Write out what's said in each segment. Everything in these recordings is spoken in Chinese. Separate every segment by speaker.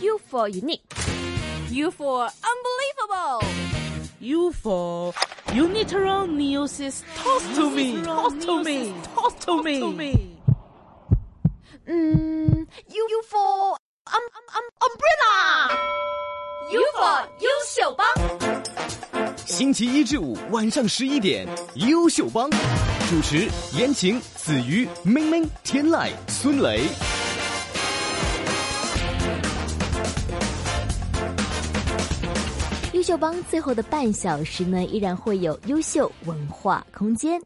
Speaker 1: U for unique, U for unbelievable,
Speaker 2: U for uniteral neosis. Toss to me. Toss to me. Toss to me.
Speaker 3: Mm,
Speaker 1: 嗯，U U for um um um umbrella, U for 优秀帮。
Speaker 4: 星期一至五晚上十一点，优秀帮主持：言情、子瑜、明明、天籁、孙雷。
Speaker 3: 优秀帮最后的半小时呢，依然会有优秀文化空间。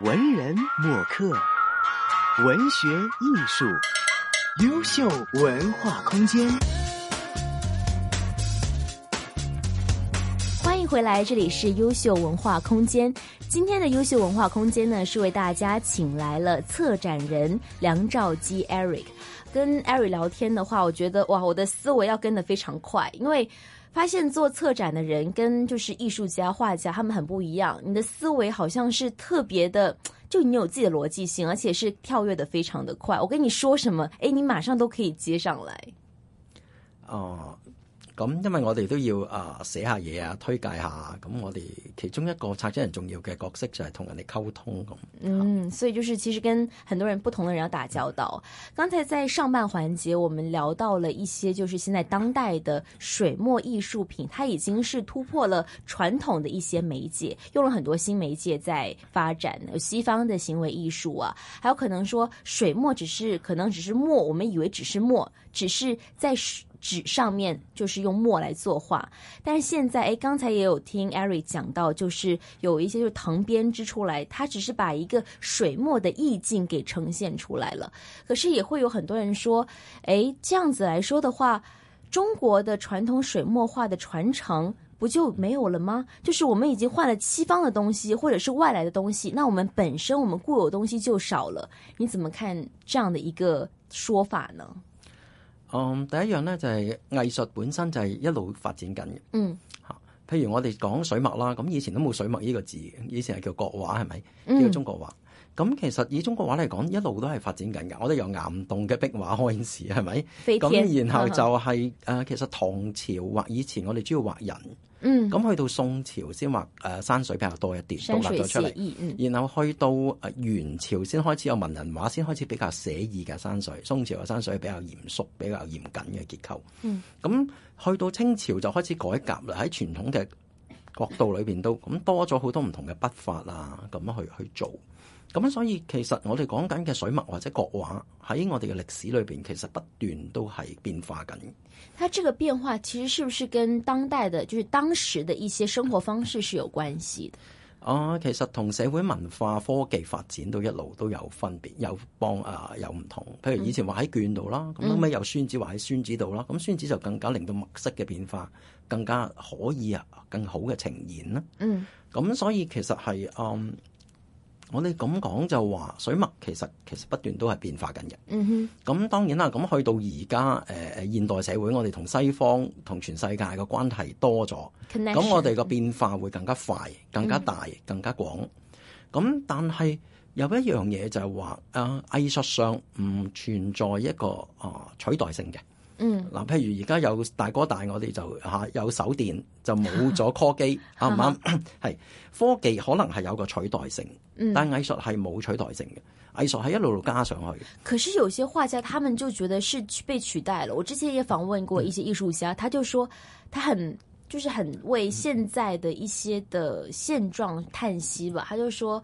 Speaker 5: 文人墨客，文学艺术，优秀文化空间。
Speaker 3: 欢迎回来，这里是优秀文化空间。今天的优秀文化空间呢，是为大家请来了策展人梁兆基 Eric。跟 Eric 聊天的话，我觉得哇，我的思维要跟得非常快，因为发现做策展的人跟就是艺术家、画家他们很不一样，你的思维好像是特别的。就你有自己的逻辑性，而且是跳跃的非常的快。我跟你说什么，哎，你马上都可以接上来。
Speaker 6: 哦，咁因為我哋都要啊寫下嘢啊，推介下，咁我哋其中一個策展人重要嘅角色就係同人哋溝通咁。
Speaker 3: 嗯，所以就是其实跟很多人不同的人要打交道。刚才在上半环节，我们聊到了一些就是现在当代的水墨艺术品，它已经是突破了传统的一些媒介，用了很多新媒介在发展，有西方的行为艺术啊，还有可能说水墨只是可能只是墨，我们以为只是墨，只是在水纸上面就是用墨来作画，但是现在，哎，刚才也有听 Eric 讲到，就是有一些就是藤编织出来，它只是把一个水墨的意境给呈现出来了。可是也会有很多人说，哎，这样子来说的话，中国的传统水墨画的传承不就没有了吗？就是我们已经换了西方的东西，或者是外来的东西，那我们本身我们固有的东西就少了。你怎么看这样的一个说法呢？
Speaker 6: 嗯，第一樣咧就係、藝術本身就係一路發展緊嘅。
Speaker 3: 嗯
Speaker 6: 譬如我哋講水墨啦，咁以前都冇水墨呢個字嘅，以前係叫國畫係咪？呢個中國畫。咁其實以中國畫嚟講，一路都係發展緊㗎。我哋由岩洞嘅壁畫開始係咪？
Speaker 3: 飛天嗯
Speaker 6: 咁然後就係、誒、其實唐朝畫以前我哋主要畫人，
Speaker 3: 嗯，
Speaker 6: 咁去到宋朝先畫誒、山水比較多一啲，
Speaker 3: 山
Speaker 6: 獨立
Speaker 3: 水
Speaker 6: 咗出
Speaker 3: 寫
Speaker 6: 嚟。
Speaker 3: 意，嗯
Speaker 6: 然後去到誒元朝先開始有文人畫，先開始比較寫意嘅山水。宋朝嘅山水比較嚴肅、比較嚴謹嘅結構。
Speaker 3: 嗯，
Speaker 6: 咁去到清朝就開始改革啦，喺傳統嘅角度裏邊都咁多咗好多唔同嘅筆法啊，咁去去做。咁所以其實我哋講緊嘅水墨或者國畫喺我哋嘅歷史裏邊，其實不斷都係變化緊。
Speaker 3: 它这个变化其实是不是跟当代的，就是当时的一些生活方式是有关系的？
Speaker 6: 啊，其實同社會文化科技發展都一路都有分別，有幫啊有唔同。譬如以前畫喺卷度啦，咁後尾有孫子畫喺孫子度啦，咁孫子就更加令到墨色嘅變化更加可以啊，更好嘅呈現啦。
Speaker 3: 嗯，
Speaker 6: 咁所以其實係嗯，我哋咁講就話水墨其實其實不斷都係變化緊嘅。
Speaker 3: 嗯哼，
Speaker 6: 咁當然啦，咁去到而家誒誒現代社會，我哋同西方同全世界嘅關係多咗。
Speaker 3: Connection
Speaker 6: 咁我哋個變化會更加快、更加大、更加廣。咁但係有一樣嘢就係話，啊藝術上唔存在一個啊取代性嘅。
Speaker 3: 嗯
Speaker 6: 嗱，譬如而家有大哥大，我哋就嚇、啊有手電，就冇咗 call 機，啱唔啱？係科技可能係有個取代性，但藝術係冇取代性嘅，藝術係一路路加上去。
Speaker 3: 可是有些画家他们就觉得是被取代了。我之前也访问
Speaker 6: 嗯
Speaker 3: 过一些艺术家，他就说他很就是很
Speaker 6: 嗯
Speaker 3: 为现在的一些的现状叹息吧。他就说，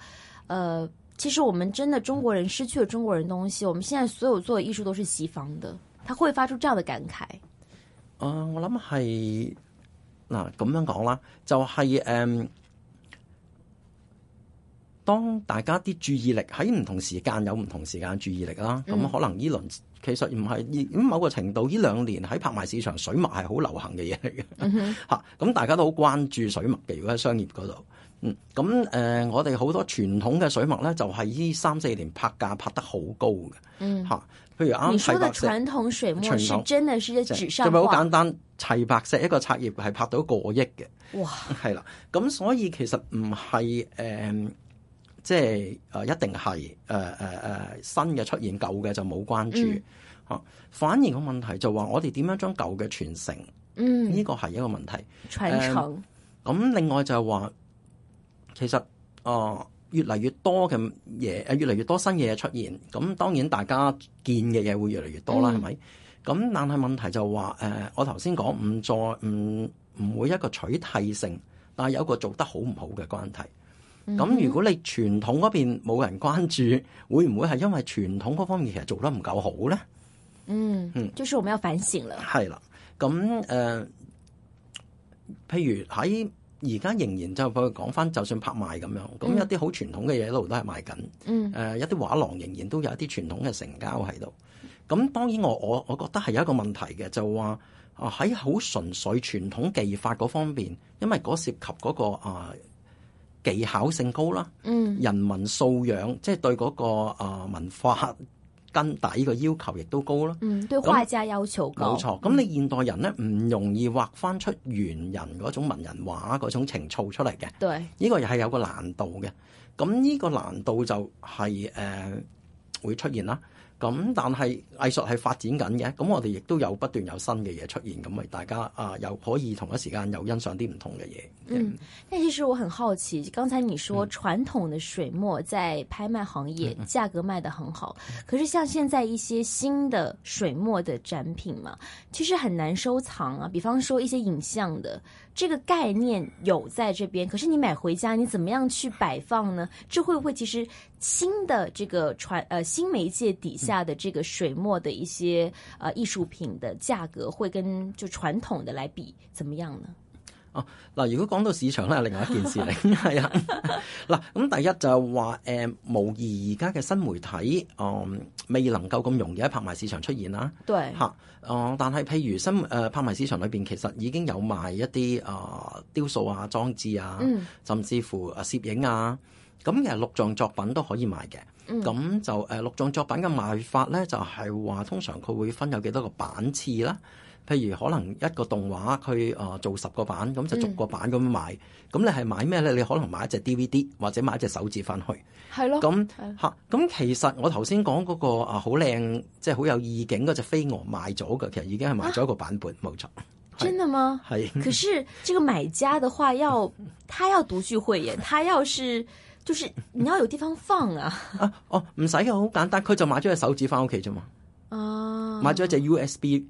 Speaker 3: 呃，其实我们真的中国人失去了中国人东西，我们现在所有做的艺术都是西方的。他会发出这样的感慨。
Speaker 6: 啊、我諗係嗱咁樣講啦，就係、誒、當大家啲注意力喺唔同時間有唔同時間注意力啦，咁、可能呢輪其實唔係咁某個程度，呢兩年喺拍賣市場水墨係好流行嘅嘢嚟嘅 嚇，咁、大家都好關注水墨嘅，如果喺商業嗰度。嗯，咁誒、我哋好多傳統嘅水墨咧，就係呢三四年拍價拍得好高嘅，嗯嚇，譬如啱
Speaker 3: 你
Speaker 6: 啱
Speaker 3: 说
Speaker 6: 齊
Speaker 3: 的
Speaker 6: 白石
Speaker 3: 传统水墨
Speaker 6: 傳
Speaker 3: 是
Speaker 6: 統
Speaker 3: 真的是在
Speaker 6: 就
Speaker 3: 纸
Speaker 6: 就
Speaker 3: 上
Speaker 6: 咪好
Speaker 3: 画
Speaker 6: 簡單，齊白石一個冊頁係拍到過億嘅，
Speaker 3: 哇！
Speaker 6: 係啦。咁所以其實唔係誒即係誒、呃一定係誒誒誒新嘅出現，舊嘅就冇關注。
Speaker 3: 嗯
Speaker 6: 啊反而個問題就話我哋點樣將舊嘅傳承，
Speaker 3: 嗯，
Speaker 6: 呢個係一個問題。
Speaker 3: 傳承，
Speaker 6: 咁另外就係話，其實啊越嚟越多嘅嘢，誒越嚟越多新嘢出現。咁當然大家見嘅嘢會越嚟越多啦，係咪、咁但係問題就話誒、我頭先講唔再唔唔會一個取替性，但係有一個做得好唔好嘅關係。呃
Speaker 3: 嗯
Speaker 6: 咁如果你傳統嗰邊冇人關注，會唔會係因為傳統嗰方面其實做得唔夠好咧？
Speaker 3: 嗯嗯，就是我們要反省了。
Speaker 6: 係啦，咁誒、呃譬如喺而家仍然就佢講翻，就算拍賣咁樣，咁一啲好傳統嘅嘢一路都係賣緊。
Speaker 3: 嗯
Speaker 6: 誒、一啲畫廊仍然都有一啲傳統嘅成交喺度。咁當然我我我覺得係有一個問題嘅，就話啊喺好純粹傳統技法嗰方面，因為嗰涉及嗰、個啊、技巧性高啦。
Speaker 3: 嗯
Speaker 6: 人民素養，即係對嗰、個啊、文化根底嘅要求亦都高啦。
Speaker 3: 嗯，對
Speaker 6: 咁
Speaker 3: 畫家要求高，
Speaker 6: 冇錯，咁你現代人咧唔容易畫翻出原人嗰種文人畫嗰種情操出嚟嘅，
Speaker 3: 對，
Speaker 6: 呢個又係有個難度嘅。咁呢個難度就係、誒、會出現啦。咁但係藝術係發展緊嘅，咁我哋亦都有不斷有新嘅嘢出現，咁咪大家啊又可以同一時間又欣賞啲唔同嘅嘢。
Speaker 3: 嗯。但其實我很好奇，剛才你說傳統的水墨在拍賣行業價格賣得很好，可是像現在一些新的水墨的展品嘛，其實很難收藏啊。比方說一些影像的這個概念有在這邊，可是你買回家你怎麼樣去擺放呢？這會不會其實新的這個傳呃新媒介底下的這個水墨的一些呃藝術品的價格會跟就傳統的來比怎麼樣呢？
Speaker 6: 嗱，如果講到市場咧，係另外一件事嚟，係啊。嗱，咁第一就係話誒，無疑而家嘅新媒體，嗯，未能夠咁容易喺拍賣市場出現啦。
Speaker 3: 對，
Speaker 6: 嚇，哦，但係譬如新誒、呃拍賣市場裏邊，其實已經有賣一啲啊、呃雕塑啊、裝置啊，
Speaker 3: 嗯
Speaker 6: 甚至乎啊攝影啊，咁其實錄像作品都可以賣嘅。
Speaker 3: 嗯
Speaker 6: 咁、就誒、呃、錄像作品嘅賣法咧，就係、話通常佢會分有幾多個版次啦。譬如可能一個動畫佢啊、呃做十個版，咁就
Speaker 3: 嗯
Speaker 6: 逐個版咁樣買。咁、你係買咩咧？你可能買一隻 DVD 或者買一隻手指翻去。
Speaker 3: 係咯
Speaker 6: 咁嚇，咁其實我頭先講嗰個啊好靚，即係好有意境嗰只飛蛾賣咗嘅，其實已經係賣咗一個版本，冇錯，
Speaker 3: 真的嗎？
Speaker 6: 係
Speaker 3: 可是这个买家的话要，他要独具慧眼，他要是就是你要有地方放啊
Speaker 6: 啊，哦，唔使嘅，好簡單，佢就買咗隻手指翻屋企啫嘛，
Speaker 3: 啊！
Speaker 6: 買咗一隻 USB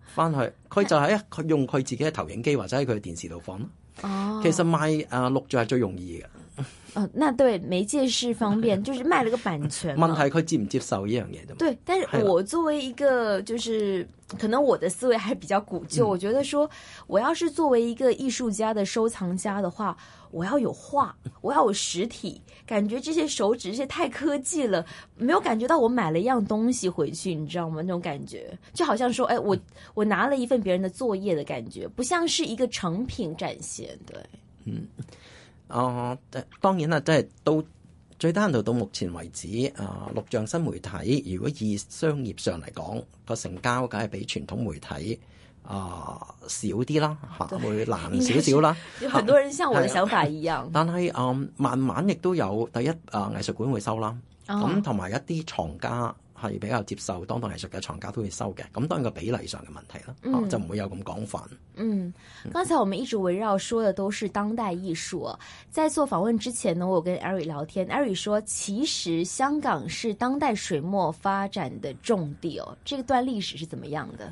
Speaker 6: 翻去，佢就喺佢用佢自己嘅投影機或者喺佢嘅電視度放咯。
Speaker 3: 哦，
Speaker 6: 其實賣啊錄像係最容易嘅，
Speaker 3: 哦，那对媒介是方便，就是賣了個版權 嘛
Speaker 6: 問題佢接唔接受呢樣嘢啫嘛。
Speaker 3: 对，但
Speaker 6: 係
Speaker 3: 是
Speaker 6: 啦
Speaker 3: 我作为一个就是可能我的思维还比较古旧，我觉得说我要是作为一个艺术家的收藏家的话，我要有画，我要有实体，感觉这些手指这些太科技了，没有感觉到我买了一样东西回去，你知道吗？那种感觉就好像说，哎，我我拿了一份别人的作业的感觉，不像是一个成品展现。对，
Speaker 6: 啊、呃，當然啦，即係到最低限度到目前為止，啊、錄像新媒體如果以商業上嚟講，個成交梗係比傳統媒體啊、少啲啦，嚇、
Speaker 3: 對
Speaker 6: 會難少少啦。
Speaker 3: 有很多人像我的
Speaker 6: 係啊
Speaker 3: 想法一样。
Speaker 6: 但係嗯，慢慢亦都有第一啊、藝術館會收啦，
Speaker 3: 哦
Speaker 6: 咁同埋一啲藏家係比較接受當代藝術嘅藏家都會收嘅，咁當然個比例上嘅問題啦，啊就唔會有咁廣泛。
Speaker 3: 嗯，刚才我们一直围绕说的都是当代艺术啊。在做访问之前呢，我有跟 Ari 聊天，Ari 说，其实香港是当代水墨发展的重地哦。这段历史是怎么样的？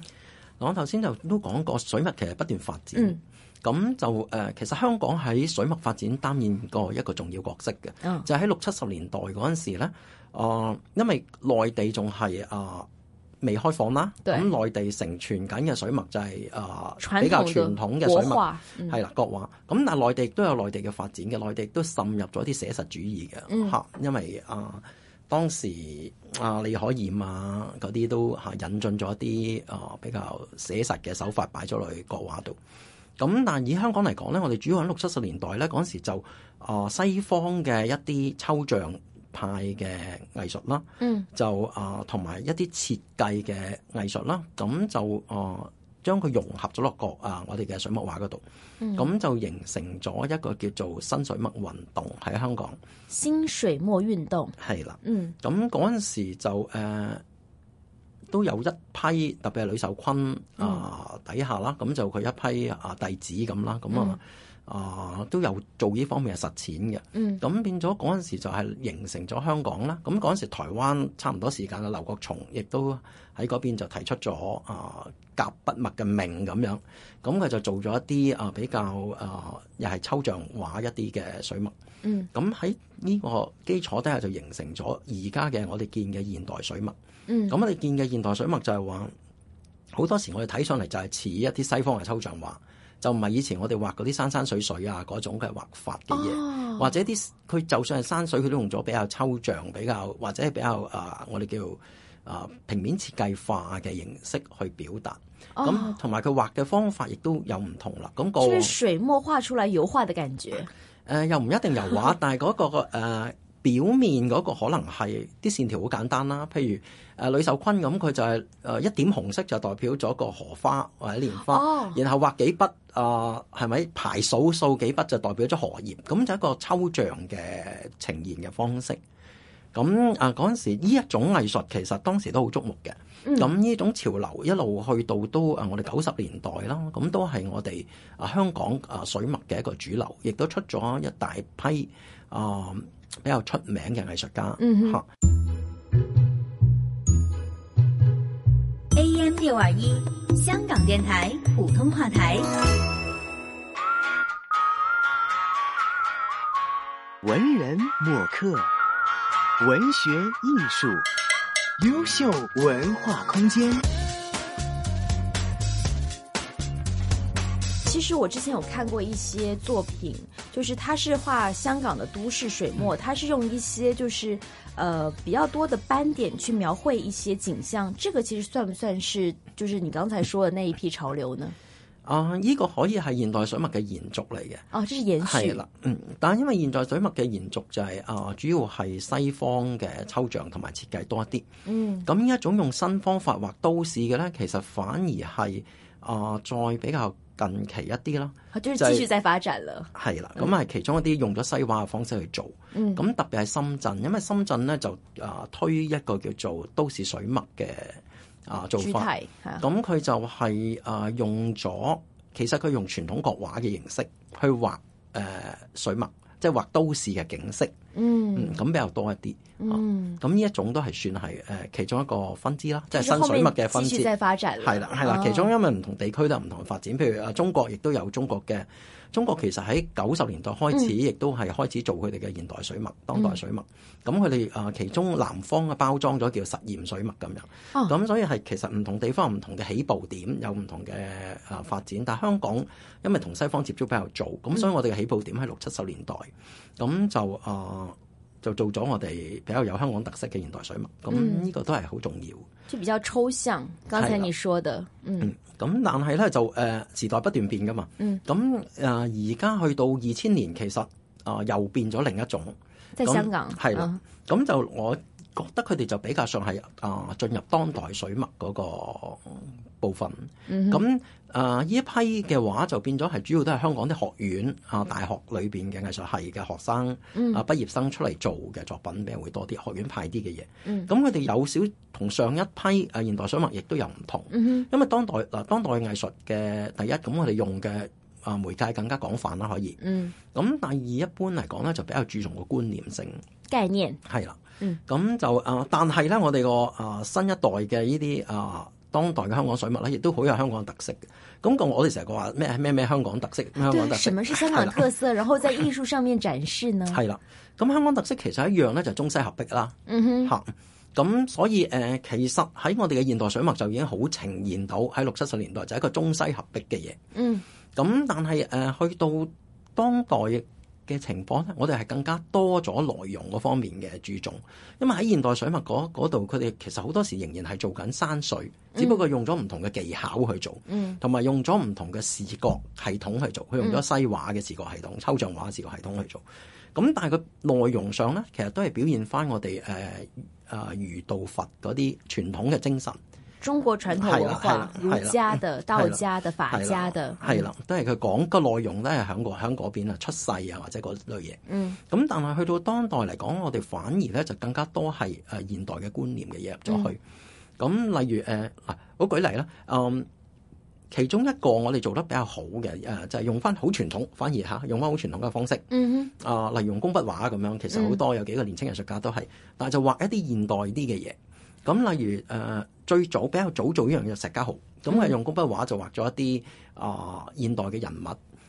Speaker 6: 我頭先就都講過水墨其實不斷發展，
Speaker 3: 嗯
Speaker 6: 咁、就誒、呃其實香港喺水墨發展擔演過一個重要角色嘅，
Speaker 3: 嗯
Speaker 6: 就喺六七十年代嗰陣時咧，啊、因為內地仲係啊未開放啦，
Speaker 3: 對
Speaker 6: 咁內地承傳緊嘅水墨就係、啊、
Speaker 3: 傳
Speaker 6: 比較
Speaker 3: 統
Speaker 6: 傳
Speaker 3: 的
Speaker 6: 統嘅
Speaker 3: 國
Speaker 6: 水墨。
Speaker 3: 畫，嗯
Speaker 6: 係啦，國畫咁，但係內地亦都有內地嘅發展嘅，內地亦都滲入咗啲寫實主義嘅嚇、因為啊、當時啊李可染啊嗰啲都嚇、引進咗一啲啊比較寫實嘅手法擺咗落去國畫度。咁但係以香港嚟講咧，我哋主要喺六七十年代咧嗰陣時就啊、西方嘅一啲抽象派嘅藝術啦，
Speaker 3: 嗯
Speaker 6: 就啊同埋一啲設計嘅藝術啦，咁就啊將佢融合咗落個啊我哋嘅水墨畫嗰度，咁、就形成咗一個叫做新水墨運動喺香港，
Speaker 3: 新水墨运动，
Speaker 6: 係啦。
Speaker 3: 嗯
Speaker 6: 咁嗰陣時就誒、呃都有一批，特別係呂秀坤
Speaker 3: 嗯
Speaker 6: 啊、底下啦，咁就佢一批啊弟子咁啦，咁
Speaker 3: 嗯
Speaker 6: 啊啊都有做呢方面嘅實踐嘅。
Speaker 3: 嗯
Speaker 6: 咁變咗嗰陣時就係形成咗香港啦。咁嗰陣時台灣差唔多時間啦，劉國松亦都喺嗰邊就提出咗啊甲不墨嘅命咁樣。咁佢就做咗一啲啊比較啊又係抽象畫一啲嘅水墨。
Speaker 3: 嗯
Speaker 6: 咁喺呢個基礎底下就形成咗而家嘅我哋見嘅現代水墨。
Speaker 3: 嗯
Speaker 6: 咁我哋見嘅現代水墨就係話，好多時我哋睇上嚟就係似一啲西方嘅抽象畫，就唔係以前我哋畫嗰啲山山水水啊嗰種嘅畫法嘅嘢。
Speaker 3: 哦，
Speaker 6: 或者啲佢就算係山水，佢都用咗比較抽象、比較或者係比較啊、我哋叫啊、平面設計化嘅形式去表達。
Speaker 3: 哦
Speaker 6: 咁同埋佢畫嘅方法亦都有唔同啦。咁、個
Speaker 3: 就
Speaker 6: 誒
Speaker 3: 是、水墨画出来油画的感觉，
Speaker 6: 呃又唔一定油畫，但係嗰、個呃表面嗰個可能係啲線條好簡單啦。譬如誒、呃、呂秀坤咁，佢就係、呃一點紅色就代表咗個荷花或者蓮花，
Speaker 3: 哦
Speaker 6: 然後畫幾筆啊係咪排數數幾筆就代表咗荷葉，咁就一個抽象嘅呈現嘅方式。咁啊嗰陣時，呢一種藝術其實當時都好矚目嘅。
Speaker 3: 嗯
Speaker 6: 咁呢、種潮流一路去到都啊，我哋九十年代啦，咁都係我哋啊香港啊水墨嘅一個主流，亦都出咗一大批啊比較出名嘅藝術家嚇。
Speaker 3: 嗯哼
Speaker 7: AM 六二一，香港电台普通话台。
Speaker 5: 文人墨客，文学艺术，优秀文化空间。
Speaker 3: 其实我之前有看过一些作品，就是他是画香港的都市水墨，他是用一些就是呃比较多的斑点去描绘一些景象。这个其实算不算是就是你刚才说的那一批潮流呢？
Speaker 6: 啊，呢、個可以係現代水墨嘅延續嚟嘅。
Speaker 3: 哦，这是延续
Speaker 6: 係啦，嗯，但係因為現在水墨嘅延續就係、啊，主要係西方嘅抽象同埋設計多一啲。
Speaker 3: 嗯
Speaker 6: 咁呢一種用新方法畫都市嘅咧，其實反而係啊、再比較近期一啲啦。
Speaker 3: 啊就是
Speaker 6: 就
Speaker 3: 继
Speaker 6: 是
Speaker 3: 续在发展了。
Speaker 6: 係啦，咁係其中一啲用咗西畫嘅方式去做。咁、
Speaker 3: 嗯
Speaker 6: 特別係深圳，因為深圳咧就啊、推一個叫做都市水墨嘅啊、做
Speaker 3: 具
Speaker 6: 法。
Speaker 3: 体啊，
Speaker 6: 咁佢就係、啊、用咗，其實佢用傳統國畫嘅形式去畫誒、呃水墨，即係畫都市嘅景色。
Speaker 3: 嗯
Speaker 6: 嗯，咁比較多一啲。啊
Speaker 3: 嗯，
Speaker 6: 咁呢一種都係算係誒、呃其中一個分支啦，即係
Speaker 3: 就是
Speaker 6: 新
Speaker 3: 后
Speaker 6: 水墨
Speaker 3: 面
Speaker 6: 嘅分
Speaker 3: 继
Speaker 6: 支
Speaker 3: 续。在发展了。
Speaker 6: 係啦，係啦，
Speaker 3: 哦
Speaker 6: 其中因為唔同地區都有唔同嘅發展，譬如啊，中國亦都有中國嘅，中國其實喺九十年代開始，亦都係開始做佢哋嘅現代水墨、當代水墨。咁佢哋啊，其中南方嘅包裝咗叫實驗水墨咁樣。
Speaker 3: 哦
Speaker 6: 咁、所以係其實唔同地方有唔同嘅起步點，有唔同嘅啊發展。但係香港因為同西方接觸比較早，咁所以我哋嘅起步點係六七十年代，咁就啊。就做咗我哋比較有香港特色嘅現代水墨，咁呢個都係好重要。
Speaker 3: 就比较抽象。刚才你说的，嗯
Speaker 6: 嗯，咁但係咧就誒、呃時代不斷變噶嘛，
Speaker 3: 嗯
Speaker 6: 咁誒而家去到二千年，其實啊、呃又變咗另一種，
Speaker 3: 在
Speaker 6: 咁
Speaker 3: 香港
Speaker 6: 係啦
Speaker 3: 嗯，
Speaker 6: 咁、就我覺得佢哋就比較上係啊、呃、進入當代水墨嗰個部分，
Speaker 3: 嗯
Speaker 6: 咁啊呢一批嘅畫就變咗係主要都係香港啲學院啊、大學裏邊嘅藝術系嘅學生啊、
Speaker 3: 嗯
Speaker 6: 畢業生出嚟做嘅作品比較會多啲，學院派啲嘅嘢，
Speaker 3: 嗯
Speaker 6: 咁佢哋有少同上一批啊現代水墨亦都有唔同。
Speaker 3: 嗯
Speaker 6: 因為當代嗱當代藝術嘅第一，咁我哋用嘅啊媒介更加廣泛啦，可以。
Speaker 3: 嗯，
Speaker 6: 咁第二一般嚟講咧，就比較注重個觀念性，
Speaker 3: 概念，
Speaker 6: 係啦。
Speaker 3: 嗯。
Speaker 6: 咁就啊、但係咧，我哋個啊新一代嘅呢啲啊當代嘅香港水墨咧，亦都好有香港特色嘅。咁個我哋成日講話咩咩咩香港特色，咩香港特
Speaker 3: 对，
Speaker 6: 色
Speaker 3: 什。么是香港特色，然后在艺术上面展示呢？
Speaker 6: 係啦，咁香港特色其實一樣咧，就係中西合璧啦。
Speaker 3: 嗯哼。
Speaker 6: 嚇。咁所以誒、呃其實喺我哋嘅現代水墨就已經好呈現到喺六七十年代就係一個中西合璧嘅嘢。
Speaker 3: 嗯。
Speaker 6: 咁但係誒、呃去到當代嘅情況咧，我哋係更加多咗內容嗰方面嘅注重，因為喺現代水墨嗰嗰度，佢哋其實好多時仍然係做緊山水，只不過用咗唔同嘅技巧去做，
Speaker 3: 嗯
Speaker 6: 同埋、用咗唔同嘅視覺系統去做，佢用咗西畫嘅視覺系統、抽象畫視覺系統去做。咁但係個內容上呃咧，其實都係表現翻我哋誒誒儒道佛嗰啲傳統嘅精神。
Speaker 3: 中国传统文
Speaker 6: 嗯係
Speaker 3: 化
Speaker 6: 啦，係
Speaker 3: 儒
Speaker 6: 啦
Speaker 3: 家的、
Speaker 6: 係啦
Speaker 3: 道家的、法
Speaker 6: 係啦
Speaker 3: 家的，
Speaker 6: 係啦，都係佢講個內容咧，係喺個喺嗰邊啊出世啊，或者嗰類嘢。
Speaker 3: 嗯，
Speaker 6: 咁但係去到當代嚟講，我哋反而咧就更加多係誒現代嘅觀念嘅嘢入咗去。咁、例如誒呃嗱、我舉例啦，嗯。其中一個我哋做得比較好嘅，誒、就係、用翻好傳統，反而嚇用翻好傳統嘅方式，
Speaker 3: 嗯
Speaker 6: 啊、例如用工筆畫咁樣，其實好多有幾個年青藝術家都係，但係就畫一啲現代啲嘅嘢。咁例如誒、呃最早比較早做呢樣嘢，石家豪咁係用工筆畫就畫咗一啲啊、現代嘅人物，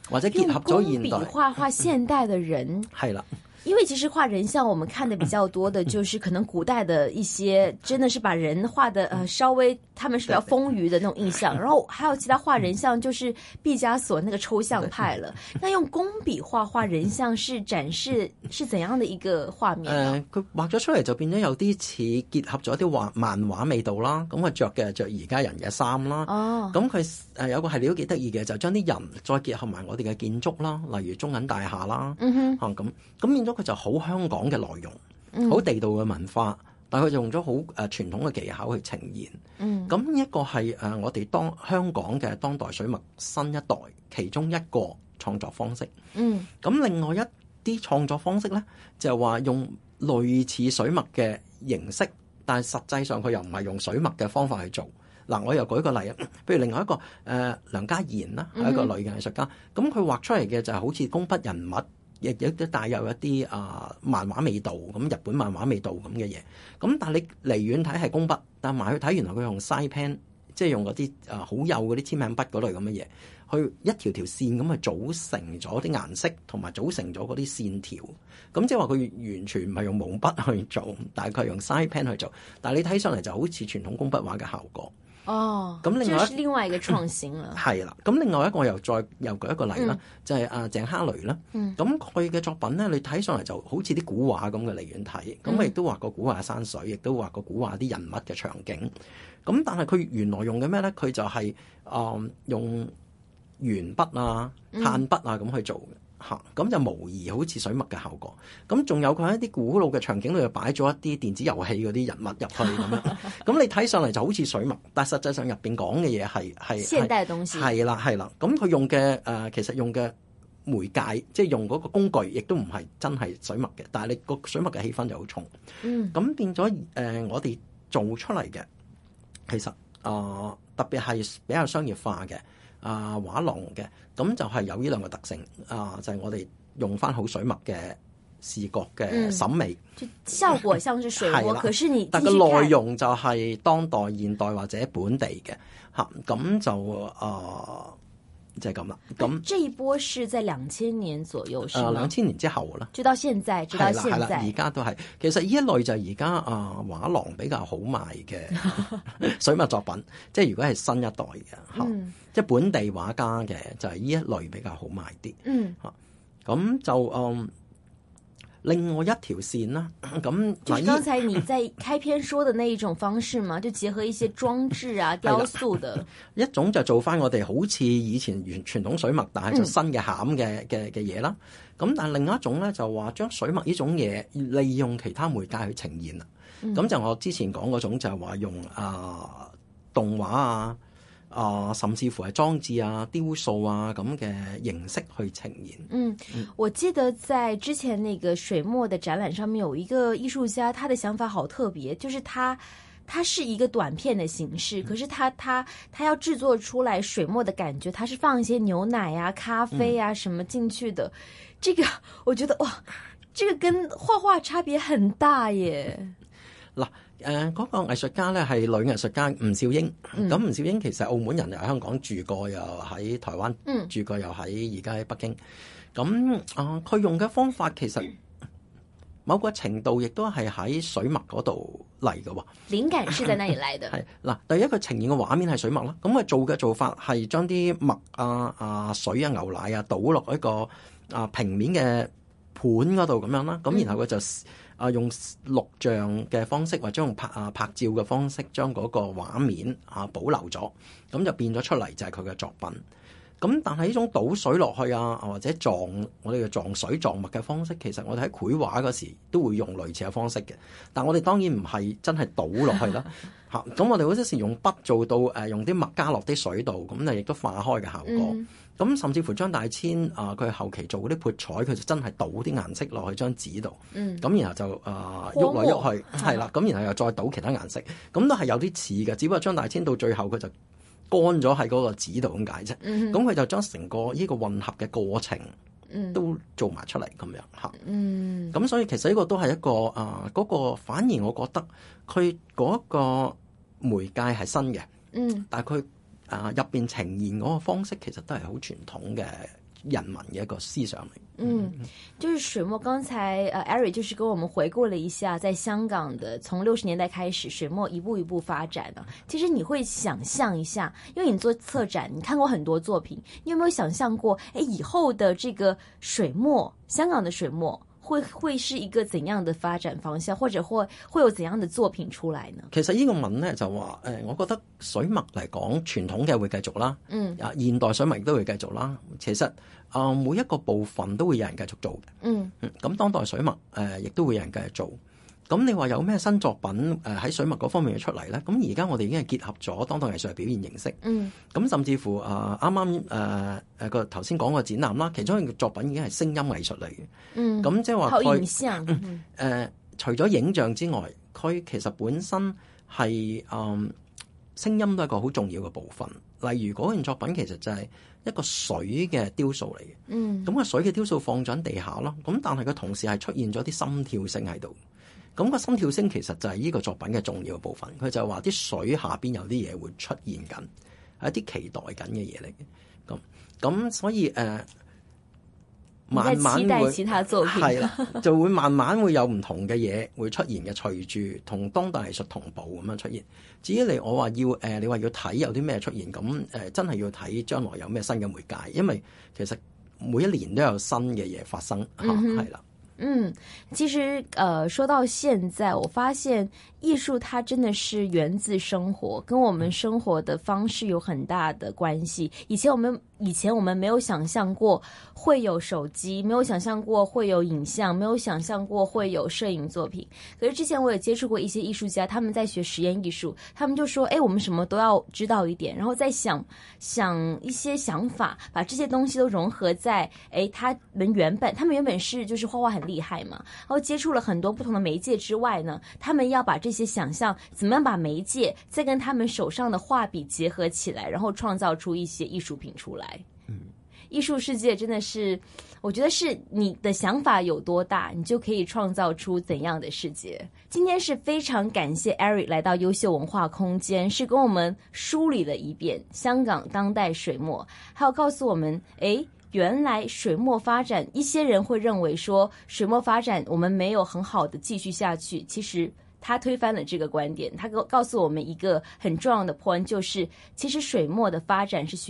Speaker 6: 或者
Speaker 3: 哼，用
Speaker 6: 結合
Speaker 3: 工
Speaker 6: 咗現
Speaker 3: 笔
Speaker 6: 代
Speaker 3: 画画现代的 人，
Speaker 6: 係啦，
Speaker 3: 因为其实画人像，我们看的比较多的就是可能古代的一些，真的是把人画的呃稍微他们是比较丰腴的那种印象。然后还有其他画人像，就是毕加索那个抽象派了。 那用工笔画画人像是展示是怎样的一个画面啊呢？
Speaker 6: 誒呃佢畫咗出嚟就變咗有啲似結合咗一啲畫漫畫味道啦。咁佢啊着嘅着而家人嘅衫啦。
Speaker 3: 哦，
Speaker 6: 咁佢誒有個系列都幾得意嘅，就將啲人再結合埋我哋嘅建築啦，例如中銀大廈啦，
Speaker 3: 嗯哼，
Speaker 6: 啊咁咁變咗佢就好香港嘅內容，
Speaker 3: 嗯
Speaker 6: 好地道嘅文化，但係佢就用咗好呃誒傳統嘅技巧去呈現。
Speaker 3: 嗯
Speaker 6: 咁一個係誒我哋當香港嘅當代水墨新一代其中一個創作方式。
Speaker 3: 嗯
Speaker 6: 咁另外一啲創作方式咧，就係話用類似水墨嘅形式，但係實際上佢又唔係用水墨嘅方法去做。嗱，我又舉個例啊， 譬如另外一個誒、呃梁家賢啦，係一個女嘅藝術家，咁佢畫出嚟嘅就係好似工筆人物，亦亦都帶有一啲啊、漫畫味道，咁日本漫畫味道咁嘅嘢。咁但係你離遠睇係工筆，但埋去睇原來佢用 side pen，即係用嗰啲啊好幼嗰啲簽名筆嗰類咁嘅嘢。去一條條線咁去組成咗啲顏色，同埋組成咗嗰啲線條。咁即係話佢完全唔係用毛筆去做，但係佢係用 side pen 去做。但係你睇上嚟就好似傳統工筆畫嘅效果。
Speaker 3: 哦，
Speaker 6: 咁另外一
Speaker 3: 这是另外一个创新了。
Speaker 6: 係啦，咁另外一個又再又舉一個例啦，就係阿鄭哈雷啦。
Speaker 3: 嗯
Speaker 6: 咁佢嘅作品咧，你睇上嚟就好似啲古畫咁嘅離遠睇，咁佢亦都畫過古畫山水，亦都畫過古畫啲人物嘅場景。咁但係佢原來用嘅咩咧？佢就係、嗯用鉛筆啊、炭筆啊咁去做嘅嚇，咁、就模擬好似水墨嘅效果。咁仲有佢喺一啲古老嘅場景裏，擺咗一啲電子遊戲嗰啲人物入去咁樣。咁你睇上嚟就好似水墨，但實際上入邊講嘅嘢係係
Speaker 3: 现
Speaker 6: 係
Speaker 3: 代东西，
Speaker 6: 係啦，係啦。咁佢用嘅誒、呃其實用嘅媒介，即係用嗰個工具，亦都唔係真係水墨嘅，但係你個水墨嘅氣氛就好重。
Speaker 3: 嗯
Speaker 6: 咁變咗誒、呃我哋做出嚟嘅，其實啊、呃特別係比較商業化嘅啊、畫廊嘅，咁就係有呢兩個特性啊、就係、我哋用翻好水墨嘅視覺
Speaker 3: 嗯
Speaker 6: 嘅審美，
Speaker 3: 效果像是水墨，
Speaker 6: 係啦
Speaker 3: 可是你
Speaker 6: 但
Speaker 3: 进
Speaker 6: 個
Speaker 3: 去看
Speaker 6: 內，容就係當代、現代或者本地嘅嚇，咁就啊、就係咁啦，咁。
Speaker 3: 这一波是在两千年左右是
Speaker 6: 誒
Speaker 3: 吗
Speaker 6: 兩？呃千年之後啦，
Speaker 3: 直到现在，直到
Speaker 6: 係啦
Speaker 3: 现
Speaker 6: 係啦，
Speaker 3: 在
Speaker 6: 而，家都係。其實呢一類就係而家啊畫廊比較好賣嘅 水墨作品，即係如果係新一代嘅嚇，
Speaker 3: 嗯
Speaker 6: 即係本地畫家嘅就係呢一類比較好賣啲。
Speaker 3: 嗯，
Speaker 6: 咁就嗯。另外一條線啦，咁
Speaker 3: 就是刚
Speaker 6: 嗱呢
Speaker 3: 才你在开篇说的那一种方式嘛，就结合一些装置 啊、
Speaker 6: 的
Speaker 3: 雕塑的，
Speaker 6: 一種就做翻我哋好似以前原傳統水墨，但係就新嘅餡嘅嘅嘅嘢啦。咁但係另一種咧就話將水墨呢種嘢利用其他媒介去呈現啦。咁、就我之前講嗰種就係話用啊、動畫啊啊、甚至乎係裝置啊、雕塑啊咁嘅形式去呈現。
Speaker 3: 嗯，我记得在之前那个水墨的展览上面有一个艺术家，他的想法好特别，就是他。它是一个短片的形式，可是他他他要制作出来水墨的感觉，它是放一些牛奶啊、咖啡啊什么进去的，这个我觉得哇，这个跟画画差别很大耶。
Speaker 6: 嗱，誒嗰個藝術家咧係女藝術家吳少英，咁吳少英其實澳門人又喺香港住過，又喺台灣
Speaker 3: 嗯
Speaker 6: 住過，又喺而家喺北京。咁啊，佢、用嘅方法其實某個程度亦都係喺水墨嗰度嚟嘅喎。
Speaker 3: 灵感是在那里来 的。
Speaker 6: 係嗱，第一佢呈現嘅畫面係水墨啦，咁佢做嘅做法係將啲墨啊、啊水啊、牛奶啊倒落一個啊平面嘅盤嗰度咁樣啦，咁然後佢就啊用錄像嘅方式或者用拍啊拍照嘅方式將嗰個畫面啊保留咗，咁就變咗出嚟就係佢嘅作品。咁但係呢種倒水落去啊，或者撞我哋嘅撞水撞墨嘅方式，其實我哋喺繪畫嗰時都會用類似嘅方式嘅。但我哋當然唔係真係倒落去啦。嚇，咁我哋好多時用筆做到誒、呃用啲墨加落啲水度，咁就亦都化開嘅效果。咁、甚至乎張大千啊，佢、後期做嗰啲潑彩，佢就真係倒啲顏色落去張紙度。
Speaker 3: 嗯
Speaker 6: 咁然後就啊喐來喐去，係啦，咁然後又再倒其他顏色，咁都係有啲似嘅，只不過張大千到最後佢就乾咗喺嗰個紙度咁解啫，咁佢、就將成個呢個混合嘅過程
Speaker 3: 嗯
Speaker 6: 都做埋出嚟咁樣嚇，
Speaker 3: 嗯
Speaker 6: 咁、所以其實呢個都係一個啊嗰、個反而我覺得佢嗰個媒介係新嘅，
Speaker 3: 嗯
Speaker 6: 但係佢啊入邊呈現嗰個方式其實都係好傳統嘅人民嘅一個思想嚟。
Speaker 3: 嗯，就是水墨。刚才呃，Eric 就是跟我们回顾了一下，在香港的从六十年代开始，水墨一步一步发展啊。其实你会想象一下，因为你做策展，你看过很多作品，你有没有想象过，哎，以后的这个水墨，香港的水墨会会是一个怎样的发展方向，或者会会有怎样的作品出来呢？
Speaker 6: 其實呢個問咧就話誒、我覺得水墨嚟講，傳統嘅會繼續啦，
Speaker 3: 嗯
Speaker 6: 啊現代水墨亦都會繼續啦。其實啊、每一個部分都會有人繼續做嘅，
Speaker 3: 嗯
Speaker 6: 嗯咁、當代水墨誒、亦都會有人繼續做。咁你話有咩新作品誒喺、水墨嗰方面出嚟咧？咁而家我哋已經係結合咗當代藝術嘅表現形式，
Speaker 3: 嗯
Speaker 6: 咁甚至乎啊啱啱誒誒個頭先講個展覽啦，其中一個作品已經係聲音藝術嚟嘅，
Speaker 3: 嗯，
Speaker 6: 咁即係話
Speaker 3: 好
Speaker 6: 佢
Speaker 3: 影像。嗯
Speaker 6: 誒、除咗影像之外，佢其實本身係嗯聲音都係一個好重要嘅部分。例如嗰件作品其實就係一個水嘅雕塑嚟嘅，
Speaker 3: 嗯
Speaker 6: 咁、個啊水嘅雕塑放咗喺地下咯，咁但係佢同時係出現咗啲心跳聲喺度。咁、個心跳聲其實就係呢個作品嘅重要嘅部分。佢就係話啲水下邊有啲嘢會出現緊，係一啲期待緊嘅嘢嚟嘅。咁咁所以誒、呃
Speaker 3: 你在
Speaker 6: 慢慢
Speaker 3: 期待
Speaker 6: 會
Speaker 3: 其他作品。
Speaker 6: 係啦， 就會慢慢會有唔同嘅嘢會出現嘅，隨住同當代藝術同步咁樣出現。至於你我話要誒、呃你話要睇有啲咩出現，咁誒、呃真係要睇將來有咩新嘅媒介，因為其實每一年都有新嘅嘢發生嚇，係啦、
Speaker 3: 嗯，其实呃，说到现在，我发现艺术它真的是源自生活，跟我们生活的方式有很大的关系。以前我们以前我们没有想象过会有手机，没有想象过会有影像，没有想象过会有摄影作品。可是之前我也接触过一些艺术家，他们在学实验艺术，他们就说：“哎，我们什么都要知道一点，然后再想想一些想法，把这些东西都融合在哎，他们原本他们原本是就是画画很厉害嘛，然后接触了很多不同的媒介之外呢，他们要把这些想象怎么样把媒介再跟他们手上的画笔结合起来，然后创造出一些艺术品出来。艺术世界真的是，我觉得是你的想法有多大，你就可以创造出怎样的世界。今天是非常感谢 Eric 来到优秀文化空间，是跟我们梳理了一遍香港当代水墨，还有告诉我们，诶，原来水墨发展，一些人会认为说水墨发展我们没有很好的继续下去，其实。他推翻了这个观点，他告告诉我们一个很重要的 point，就是其实水墨的发展是需。